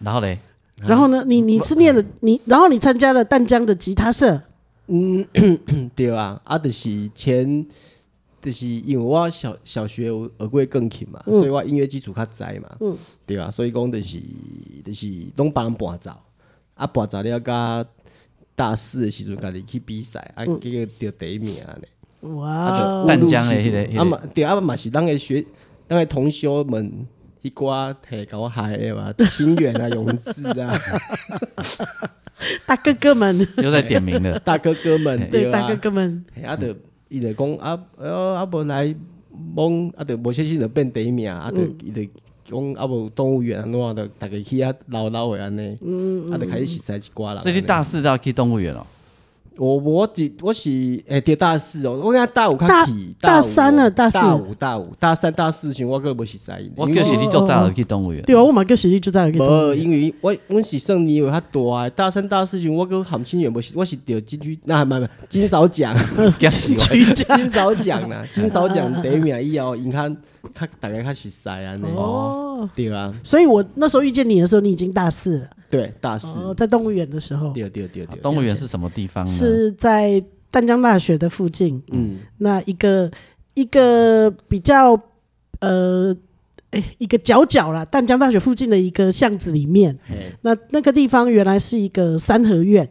然后嘞，然后呢？你你是念了你，然后你参加了淡江的吉他社，嗯对啊，啊，就是前。就是因为我小小学有学过钢琴嘛，所以我音乐基础较知嘛，对啊，所以讲就是就是拢帮人伴奏，啊伴奏了甲大四的时阵，家己去比赛，啊结果得第一名安尼。哇啊哦，淡江的迄个啊迄个嘛，对啊嘛是咱的学，咱的同学们迄寡摕甲我害的嘛， [LAUGHS] 清远啊、永志 [LAUGHS] 啊，大哥哥哎们，又在点名 [LAUGHS] 了。大哥哥们对大啊哥，哥们，嘿啊，就伊就讲啊，呃啊无来蒙啊，就无小心就变第一名啊，就嗯伊就讲啊无动物园安怎样就逐个去遐捞捞的安嗯尼，啊就开始熟识一寡人。所以你大四就要去动物园哦，我我只我是诶，第大四哦，我讲大五较大起，大五三了大大四五大五大三大四时，我个无熟识伊。我就是你就早就去动物园。哦对啊，我马哥学弟就在一无，个因为我阮是算年有较大诶，大三大四时我跟含清源无是，我是得金曲，那唔唔金 [LAUGHS] 勺奖，惊死我居 [LAUGHS] 家金勺奖啦，金勺奖第一名以后，因较较大家较熟悉啊安尼，哦。对啊，所以我那时候遇见你的时候，你已经大四了，对大四，哦，啊在动物园的时候，对对对对，动物园是什么地方呢？是在淡江大学的附近。嗯，那一个一个比较呃，诶一个角角啦，淡江大学附近的一个巷子里面。嘿，那那个地方原来是一个三合院，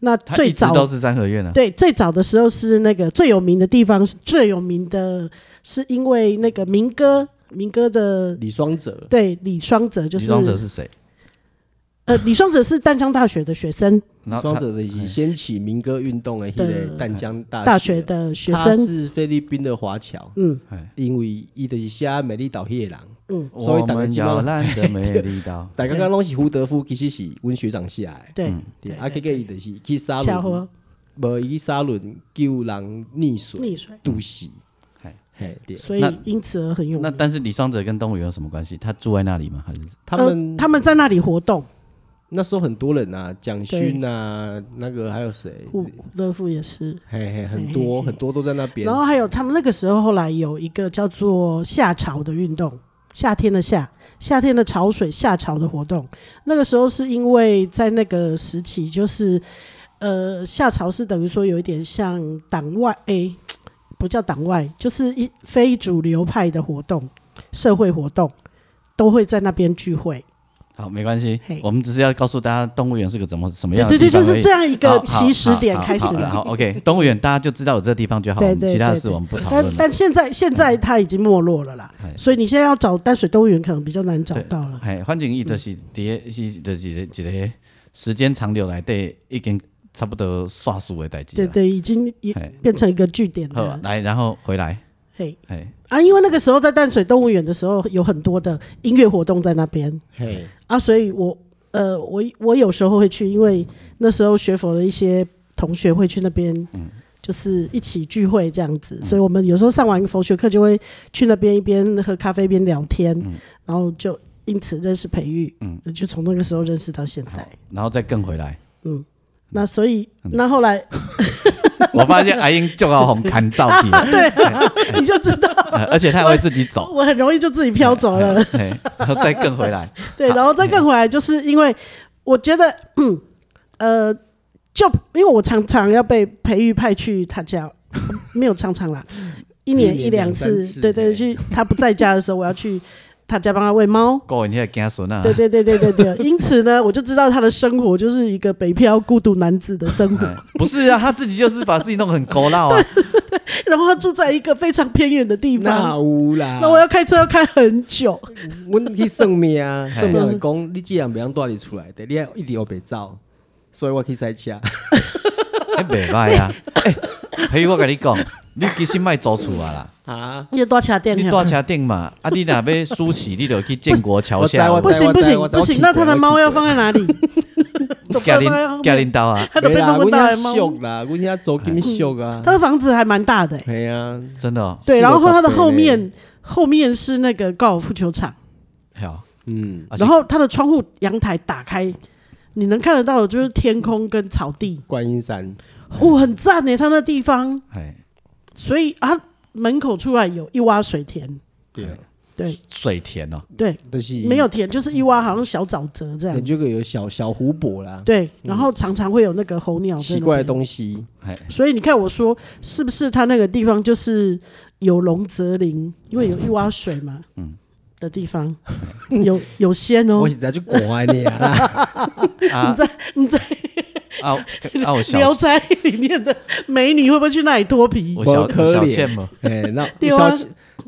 那它最一直都早是三合院啊。对最早的时候是那个最有名的地方，是最有名的，是因为那个民歌，民歌的李双泽，对李双泽就是李双泽是谁？呃李双泽是淡江大学的学生，李然后双他泽的是掀起民歌运动诶，迄个对淡江大大学，的学他生，是菲律宾的华侨，嗯，嗯因为伊就是写美丽岛迄个人。所以我大家们知道。摇篮的美丽岛 [LAUGHS] 大家讲拢是胡德夫，其实是阮学长写的。对，对，啊，结果伊就是去沙巧轮合，无伊去沙轮救人溺水溺水，毒死嗨。嘿，对，所以那因此而很有那名。但是李双泽跟动物园有什么关系？他住在那里吗？还是他呃们他们在那里活动，那时候很多人啊，蒋勋啊，那个还有谁？伍乐富也是。嘿嘿，很多很多都在那边然。后还有他们那个时候后来有一个叫做夏潮的运动，夏天的夏，夏天的潮水夏潮的活动。那个时候是因为在那个时期，就是呃夏潮是等于说有一点像党外，诶、不叫党外，就是一非主流派的活动，社会活动都会在那边聚会。好，没关系嘿，我们只是要告诉大家动物园是个怎么什么对样的对地对，方就而是已。这样一个好好起始点好开始好的。好，OK，动物园大家就知道有这个地方就好，对我们对其他的对事对我们不讨但论了。嗯哎但现在现在它已经没落了啦，所以你现在要找淡水动物园可能比较难找对到了。嗯嘿，反正伊就是伫个是就是一个一个时间长流内底已经差不多煞数的代志。对，对，已经也啊嘿变成一个据点好啊了，。来，然后回来，嘿嘿，啊，因为那个时候在淡水动物园的时候，有很多的音乐活动在那边嘿，啊，所以我呃，我我有时候会去，因为那时候学佛的一些同学会去那边，嗯就是一起聚会这样子，所以我们有时候上完佛学课就会去那边一边喝咖啡一边聊天，嗯然后就因此认识培育，就从那个时候认识到现在。然后再更回来。那所以，嗯那后来 [LAUGHS] 我发现哎阿英就要红看照 [LAUGHS] 片，你就知道，呃而且他还会自己走，我很容易就自己飘走了。嘿，然后再更回来。对，然后再更回来，就是因为我觉得，嗯，呃，就因为我常常要被培育派去他家， [LAUGHS] 没有常常啦，一年 [LAUGHS] 一年一两两三次，次对对，对去他不在家的时候，我要去他家帮他喂 [LAUGHS] 猫。顾因迄个囝孙啊，对对对对对对，因此呢，我就知道他的生活就是一个北漂孤独男子的生活。哎 [LAUGHS] 不是啊，他自己就是把自己弄得很狗闹啊，然后他住在一个非常偏远的地那方，有啦，那我要开车要开很久。阮去算命 [LAUGHS] 啊，嘿算命就讲你既然袂晓住伫厝内底，你要一直学袂走，所以我去塞车。 [LAUGHS] 哎，袂歹 [LAUGHS] 啊。哎，培宇，我甲你讲，你其实卖租厝啊 [LAUGHS] 啦， [LAUGHS] 啊，你多卡店，你住车顶嘛，啊，你若要舒适，你就去建国桥下， [LAUGHS] 我知不行不行我知不我知行，那他的猫我知要放在哪里？ [LAUGHS] 总不家能放在 [LAUGHS] 恁后家面恁兜啊，他的被没啦动物阮大的遐猫，嗯俗啦，阮遐租金俗啊他，的房子还蛮大的、欸。系啊，真的哦，对，是然后我它的宝贝后嘞面后面是那个高尔夫球场，好，嗯，啊是然后它的窗户阳台打开，你能看得到的就是天空跟草地，观音山，哦，很赞呢，它那地方。哎，所以啊，门口出来有一洼水田，对，对水田 [LAUGHS] 哦，对，就是没有，田就是一洼，好像小沼泽这样感。觉有小小湖泊啦，对，然后常常会有那个候鸟在那嗯奇怪的边。东西，哎，所以你看，我说是不是它那个地方就是有龙泽林，因为有一洼水嘛，的地方有有仙哦嗯我。实在就怪你啊啦，啊你在啊 [LAUGHS] 啊，我《聊小斋》里面的美女会不会去那里脱皮？ [LAUGHS] 我小不可我小怜倩无。哎，那 [LAUGHS] 对有啊小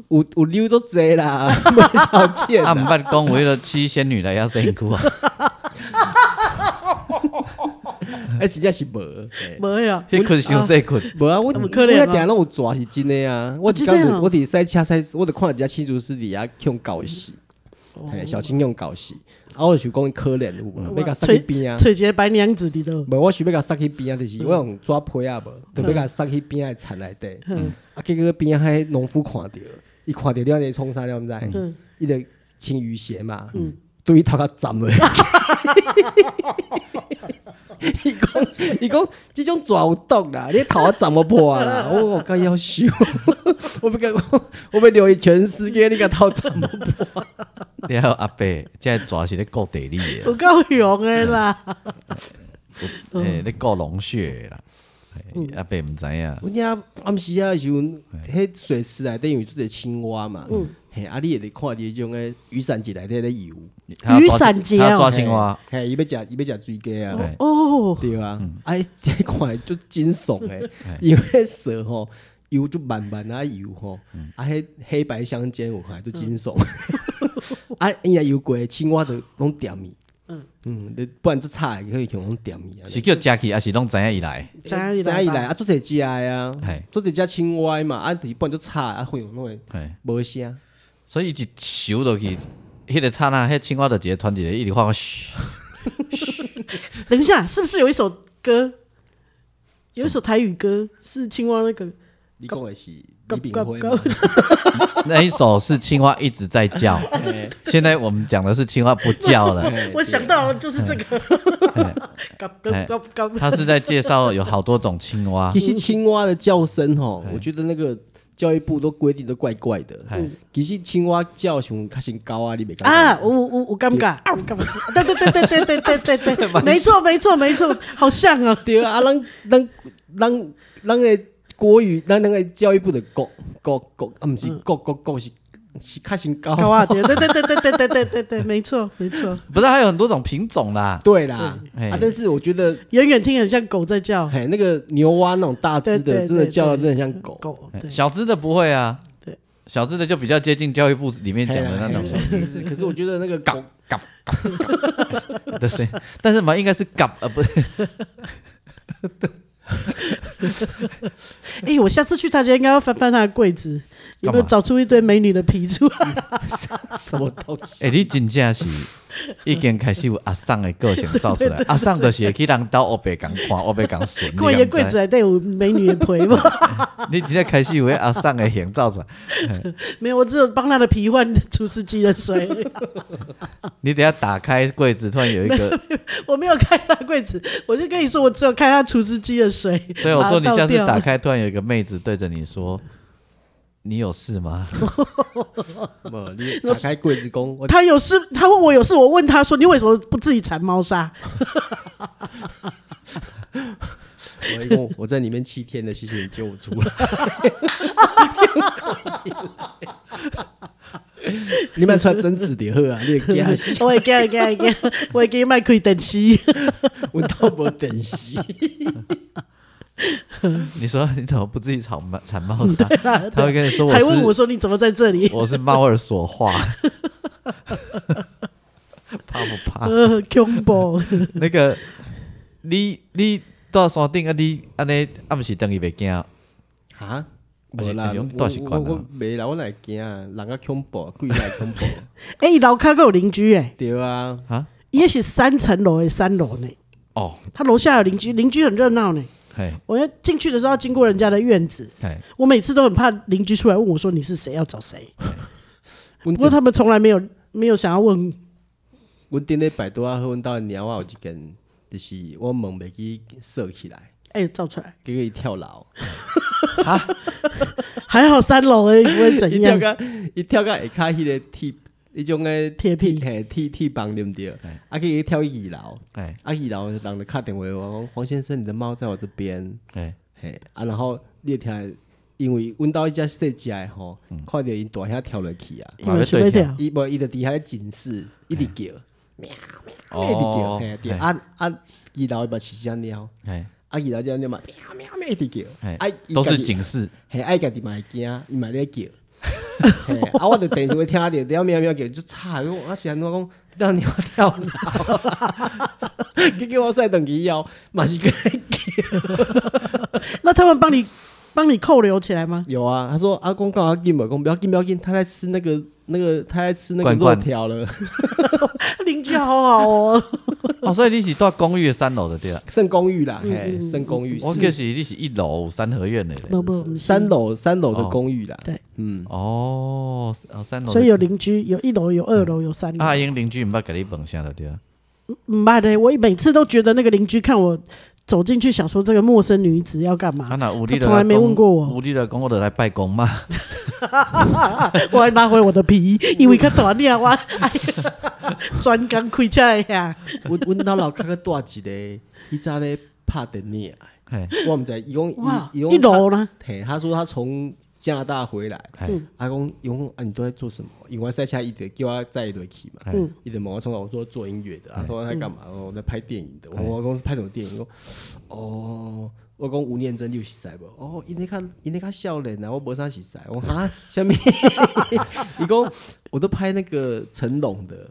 有有溜都济啦， [LAUGHS] 没小见啊，毋啦，捌讲有迄个七仙女来遐身 [LAUGHS] 躯啊，哎，真正是无。嘿没有，迄群伤细群，无啊，我那么我可怜吗我定拢有抓是真的啊！我一真的刚哦我伫赛车赛，我伫看人家青竹师底下用啊搞死，哦嘿，小青用搞死，啊，我就想讲伊可怜有无？要甲塞去边啊！崔杰白娘子里 [LAUGHS] 头，无，我想要甲塞去边啊，就是我用纸皮啊无，就要甲塞去边仔的田内底。啊，结果边仔迄农夫看着，伊看着了，伊创啥了？毋知嗯？伊就穿雨鞋嘛，对伊头壳斩落。 [LAUGHS] 伊讲，伊讲，即种蛇有毒啦，你头壳斩我破啊 [LAUGHS] 啦！我我该要修，我不敢，我我要留伊全世界，你甲头斩我破。了后阿伯，即个蛇是咧顾地理啊 [LAUGHS] 我的啦，够勇的啦！诶，咧顾龙穴的啦，嘿阿伯毋知啊影，阮遐暗时啊的时阵，迄水池内底有即个青蛙嘛，嗯嘿，啊，你会看着迄种诶雨伞节内底咧游，他要雨抓伞青节他要哦抓青蛙，嗯嘿，伊要食伊要食水鸡啊，对哦，对啊，啊，这看就真爽诶，嗯哎因为蛇吼游就慢慢啊游吼，嗯啊，迄黑白相间有看就真爽， [LAUGHS] 啊，伊若游过的青蛙就拢点伊，嗯嗯，不然就差可以用拢点伊啊。是叫食去，还是拢知影伊来？加一知影伊来来吧，啊，做者只的啊嘿，做者只青蛙嘛，啊，就是不然就吵啊，会有那个嘿，无声。所以一收落去，迄个刹那，迄青蛙就一个团一个，一直发个嘘，等一下，是不是有一首歌？有一首台语歌是青蛙那个，你讲的是搞李炳辉搞嘛？那一首是青蛙一直在叫， [LAUGHS] 嘿现在我们讲的是青蛙不叫了，哎 [LAUGHS] 我想到了就是这个， [LAUGHS] 搞哎搞搞搞，他是在介绍有好多种青蛙其，实青蛙的叫声吼，我觉得那个教育部都规定都怪怪的。嘿，其实青蛙叫熊较先高啊，你袂啊，感觉？我我我尴尬，我尴尬，对对对对对对对对对，没错没错没错，好像哦，对啊，啊，咱咱咱咱的国语，咱那个教育部的国国国，啊，毋是国国国是是较先高。搞啊，对对对对对对对对对对，没错没错，不是还有很多种品种啦，对对啦，啊嘿，但是我觉得，远远听很像狗在叫，嘿，那个牛蛙那种大只对对的，真的对叫的对真的像狗。狗，对小只的不会啊，对，小只的就比较接近教育部里面讲的那种嘿啦嘿啦是是，可是我觉得那个狗的声音，但是嘛，应该是嘎呃不是，哎、我下次去他家应该要翻翻他的柜子，有没干有嘛找出一堆美女的皮出来？什么东西？ [LAUGHS] 哎、你真正 [LAUGHS] 是已经开始有阿桑的个性造出来，阿桑就是会去人兜黑白共看，黑白共顺，你柜敢的柜子知？还带有美女的皮吗？你真正开始有那阿桑的形造出来， [LAUGHS] 没有，我只有帮他的皮换除湿机的水， [LAUGHS] 你等一下打开柜子，突然有一 [LAUGHS] 个，我没有开他的柜子，我就跟你说，我只有开他除湿机的水。对我把它说你倒下次掉打，开，突然有一个妹子对着你说。你有事吗？ [LAUGHS] 无， [LAUGHS] 你打开柜子讲，我他有事，他问我有事，我问他说你为什么不自己缠猫 [LAUGHS] 砂？，我一共我在里面七天了，谢谢你救我出来。 [LAUGHS] 你卖穿针子就好啊，你会惊死我会惊惊惊， [LAUGHS] 我会惊麦开电视。阮兜无电视，你说你怎么不自己铲猫铲猫砂？啊他会跟你说我啊还是问我说你怎么在这里？我是猫儿所化， [LAUGHS] 怕不怕？呃，恐怖，那个你你到山顶啊，你安尼啊，毋是等于袂惊啊？哈？还是无啦还是用，我大习我惯啊我袂啦，我来惊，啊人较恐怖，鬼来恐怖， [LAUGHS] 哎、欸，楼卡有邻居哎、对啊，伊也是三层楼的三楼呢，哦，他楼下有邻居，邻居很热闹呢。嘿，我要进去的时候要经过人家的院子，嘿，我每次都很怕邻居出来问我说你是谁，要找谁。阮不过这他们从来没有没有想要问，阮顶礼拜拄啊，阮兜的猫仔有一间，就是我门袂去锁起来，哎、照出来，结果伊跳楼，还好三楼而已，不会 [LAUGHS] 伊怎 [LAUGHS] 跳样。到伊跳到下骹迄个铁，迄种诶铁皮嘿铁铁棒对毋对哎？啊，去伊跳去二楼，嘿，啊二楼人就敲电话给我讲，黄先生，你的猫在我这边。嘿，嘿，啊，然后你会听，因为阮兜迄只细只的吼，看着因大兄跳落去啊，因为是被跳，伊无伊就伫遐警示，一直叫，一直叫，哦，嘿，对嘿啊啊，二楼嘛是只猫，嘿，啊二楼只猫嘛喵喵喵一直叫，啊嘿，伊都家是己警示，嘿，爱家己嘛会惊，伊嘛咧叫。 [LAUGHS] 嘿啊！我伫电视会听着，了喵喵叫，就吵，我啊是安怎讲？你当鸟跳楼， [LAUGHS] 结果我赛等去以后，嘛是个那他们帮你帮你扣留起来吗？有啊，他说阿公干嘛进门公不要进不要进，他在吃那个那个他在吃那个罐肉罐条 [LAUGHS] 了，邻居好好 [LAUGHS] 哦，哦，所以你是住公寓的三楼的对啊？圣公寓啦，嘿，圣公寓，我四就是你是一楼三合院的嘞，不不，不是三，楼三楼的哦公寓啦，对，嗯，哦，哦三楼的，所以有邻居，有一楼，有二楼，啊有三楼。嗯阿英邻居毋捌甲你问啥的对啊？唔捌嘞，我每次都觉得那个邻居看我走进去，想说这个陌生女子要干啊嘛，那有你他从来没问过我有你的讲我就来拜公嘛，我还拿回我的皮，因为较大领我，哎呀专工开起来呀，我我到老看个大一个，伊早咧拍电影的，啊嘿，我毋知伊讲哇，伊伊讲一楼呢，他，嘿，他说他从加拿大回来，嘿，阿公伊讲啊你都在做什么？因为我赛车伊直叫我载落去嘛，嘿嗯一直问我从我说做音乐的，啊，说他干嘛？我在拍电影的。我哎我公司拍什么电影？我哦，我讲吴念真你有识赛不？哦，因那看因那看笑脸啊，我没啥识赛。我啊，下面 [LAUGHS] 伊讲我都拍那个成龙的。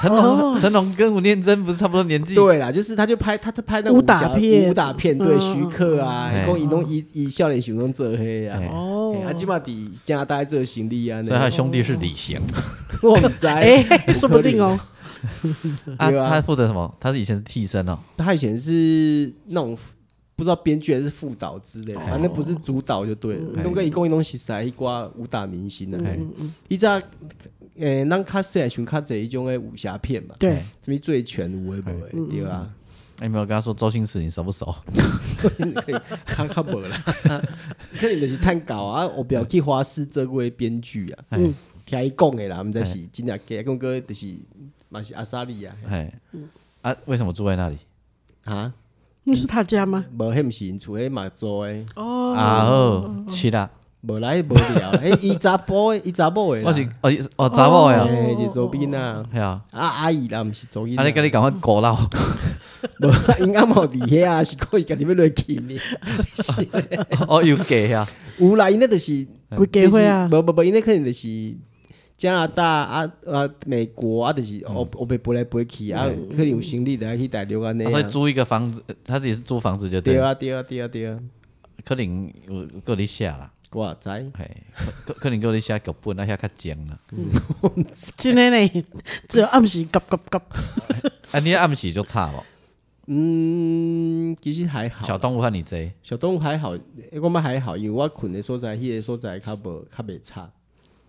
成哦龙成龙跟吴念真不是差不多年纪？对啦，就是他就拍他他拍那武打侠片武打片，对嗯徐克啊，嗯伊嗯讲伊拢以以笑脸形容做黑啊哎。哦嘿，啊，起码伫加拿大做行李啊，所以他那的兄弟是李翔， [LAUGHS] 我唔 [LAUGHS] 知，哎，说不定哦，啊，对啊他负责什么？他是以前是替身哦，他以前是那种不知道编剧还是副导之哦类的，反正不是主导就对嗯了。东哥一共一拢是啥一挂武打明星啊，嗯伊只诶，咱较细想较侪迄种诶武侠片嘛，对，什么醉拳有诶无嗯诶，对啊，你有哎没有跟他说周星驰你熟不熟？ [LAUGHS] 较较无啦。 [LAUGHS] 可能就是探搞啊，我表去华视做过编剧啊，哎嗯听伊讲诶啦，毋知是真正假，讲哥就是嘛是阿莎莉啊，哎，啊，为什么住在那里？啊，那是他家吗？无迄毋是因厝迄嘛做诶。哦，啊哦，是啦，无来 [LAUGHS] 无聊，哎，伊查甫诶，伊查某诶啦，我是哦是哦查某的哦，哎，是周边啊，系啊，啊阿姨啦，毋是周边啊。啊你跟你赶快过啦，无 [LAUGHS] 啊因阿毛伫遐啊，是讲伊家己要落去呢。是 [LAUGHS] 哦有给啊，有啦，因那就是不给会啊就是，无无无，因那肯定就是加拿大啊啊美国啊，就是我我被飞来飞去啊，可能有行李的去大陆安尼啊啊。所以租一个房子，他自己是租房子就对对了，啊对啊对啊对啊，可能有有够你写啦，我知嘿，可可能够你写剧本那遐较精啦，今天呢，只有暗时夹夹夹，啊你暗时就差哦，嗯，其实还小好，动物和你这，小动物还好，诶我嘛还好，因为我困的所在，迄个所在较无较袂差，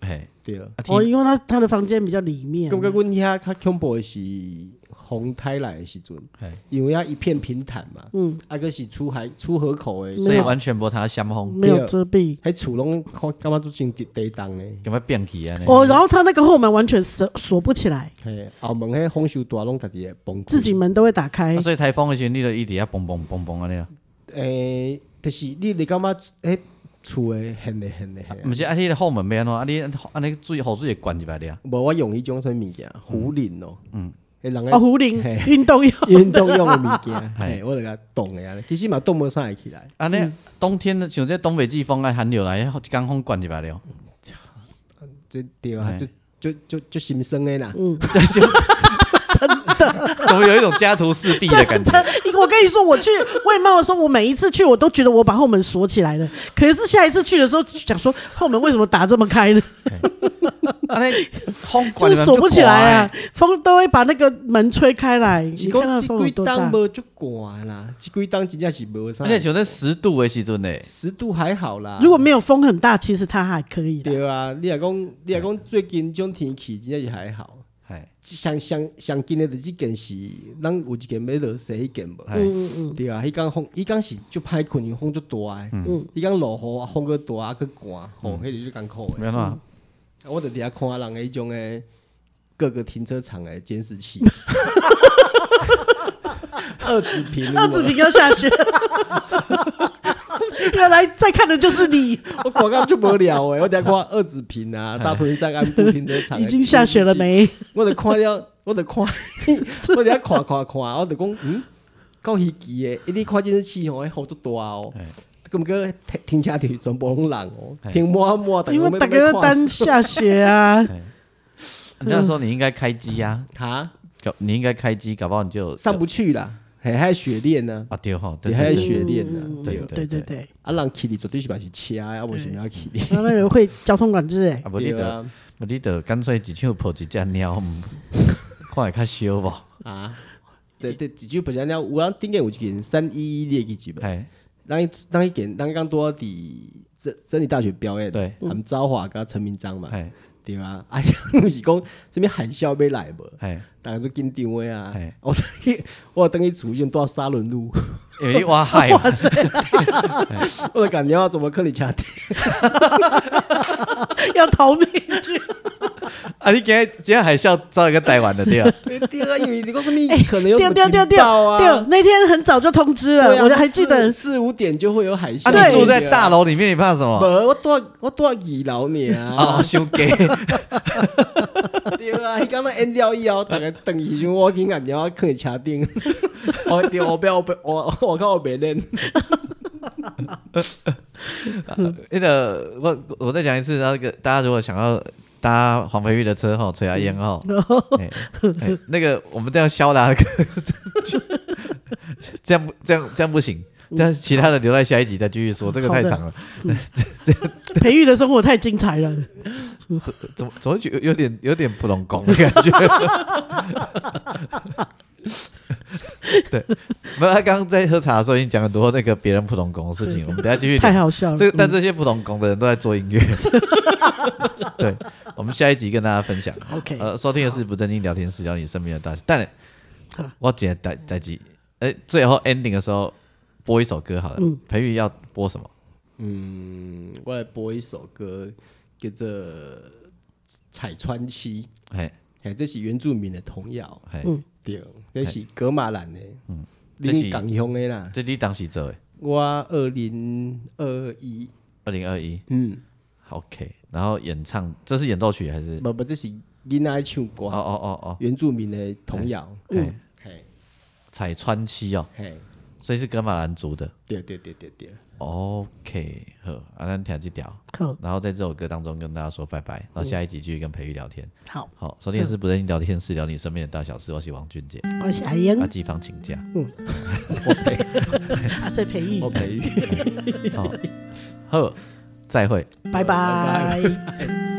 嘿，对啊。啊哦，天因为他他的房间比较里面感，觉阮遐较恐怖的是风台来的时阵嘿，因为遐一片平坦嘛，嗯，啊个是出海出河口的，所以完全无他相风，没有遮蔽。迄厝拢看感觉做真地地动的。有没有变起啊？哦，然后他那个后门完全锁锁不起来，嘿，后门迄风收大拢家己会崩溃。自己门都会打开啊，所以台风的时候，你就一直啊嘣嘣嘣嘣安尼啊，诶，就是你你感觉迄厝诶现诶现诶。毋是啊，迄个后门边咯，啊你安尼水雨水会灌入来的啊。无我用迄种啥物件，壶铃哦，嗯，人诶哦，壶铃嘿运动用运动用诶物 [LAUGHS] 件，嘿嘿，我就甲冻诶啊，其实嘛冻无啥会起来，安尼啊冬天呢像这东北季风啊，寒流来，一江风灌入来了， [LAUGHS] 这对啊，嘿就就就就心酸诶啦，这是真的，怎么有一种家徒四壁的 [LAUGHS] 感觉？我跟你说，我去外贸的时候，我每一次去，我都觉得我把后门锁起来了。可是下一次去的时候，想说后门为什么打这么开 [LAUGHS] 呢？安尼风就灌入是来锁不起来很啊，风都会把那个门吹开来。你是看讲那即风有几多大冬？无足寒啦，即几冬真正是啊无啥寒欸。，而且像在十度的时阵呢，十度还好啦，如果没有风很大，其实它还可以的。啊对啊，你若讲你若讲最近种天气真正是还好。哎上上上近的就即件是，咱有一件要落雪迄件无？嗯哎，对啊，迄天风，迄天是足歹困，因为风足大诶。嗯迄天落雨啊，风个大啊，去寒，吼，迄就足艰苦诶。没办法，啊我伫遐看人诶迄种诶各个停车场诶监视器， [LAUGHS] 二子屏，二子，平要下雪， [LAUGHS] 原来在看的就是你，我广告就无聊诶。我伫遐看二子屏啊，大屯山安部停车场 [LAUGHS] 的已经下雪了监视器？没？我就看了，我就看， [LAUGHS] 我就遐看看看，我就讲，嗯，够稀奇诶！一你看监视器吼，迄雨足大哦嘿。咁个停停车场全部拢人哦嘿，停满满，因为大家家要都看单下雪啊，那时候你应该开机呀，哈搞你应该开机，搞不好你就上不去啦，还还雪链呢，啊对吼，对对，还对有对雪链呢，对对。对对对，啊，人去哩绝对是嘛是车的，啊，为什么要去哩？然后那个会交通管制 [LAUGHS] 哎啊，，无你对得啊，无你得干脆一手抱一只猫，嗯看会较烧无？啊，对对，至少不然了，有人顶个有一件三一一列记记吧？哎，咱咱一件，咱刚多伫真真理大学表演，对，含昭华跟陈明章嘛，哎对 [LAUGHS] 啊，哎，毋是讲这边海啸要来无，哎，大家就紧张的啊嘿。我等去， [LAUGHS] 我等去厝就住沙仑路， [LAUGHS] 因为你挖海嘛，我就感觉怎么可能车底？要逃命去。啊，你今天今天海啸造一个台湾的对啊，对啊，因为 [LAUGHS] 你讲什么可能有什掉掉么掉掉警报掉啊？，那天很早就通知对了，啊我还记得四四五点就会有海啊，啸。你住在大，楼啊里面，你怕什无么？我住我住二楼呢啊。啊，修给对啊，伊刚刚演了以后，大家等伊时候，我紧按了放伫车顶。哦，对，后壁我被我我靠我袂认。 [LAUGHS] 那个我我再讲一次，那个大家如果想要搭黄培玉的车哈，吹下烟哈，哎哎那个我们这样削啦， [LAUGHS] 这样不这样这样不行。但其他的留在下一集再继续说，这个太长了，培育的生活太精彩了，怎么怎么会觉得有点有点不拢功的感觉？ [LAUGHS] 对，没有他刚刚在喝茶的时候已经讲很多那个别人普通工的事情，我们等一下继续太聊。好笑了。这个但这些普通工的人都在做音乐。 [LAUGHS] 对，我们下一集跟大家分享。嗯 OK 呃，收听的是不正经聊天室，聊你身边的大事。但好我姐代代机，哎，最后 ending 的时候播一首歌好了。嗯培育要播什么？嗯，我来播一首歌，叫做《彩川七》，嘿，哎，这是原住民的童谣，嘿，对，这是格马兰的，嗯，这是恁港乡的啦。这你当时做的，我二零二一，二零二一嗯， ，OK。然后演唱，这是演奏曲还是？不不，这是囡仔唱哦歌，哦哦原住民的童谣，哦，嗯嘿，嘿，彩川七哦，嘿，所以是格马兰族的。哦对对对对对， OK，好，阿兰听这条。好，然后在这首歌当中跟大家说拜拜，然后下一集继续跟培育聊天。好，好，收听的是不正经聊天室，聊你身边的大小事。我是王俊杰，我是阿英啊阿，季放请假。在啊培育我，培育。好，好，再会。拜拜拜。拜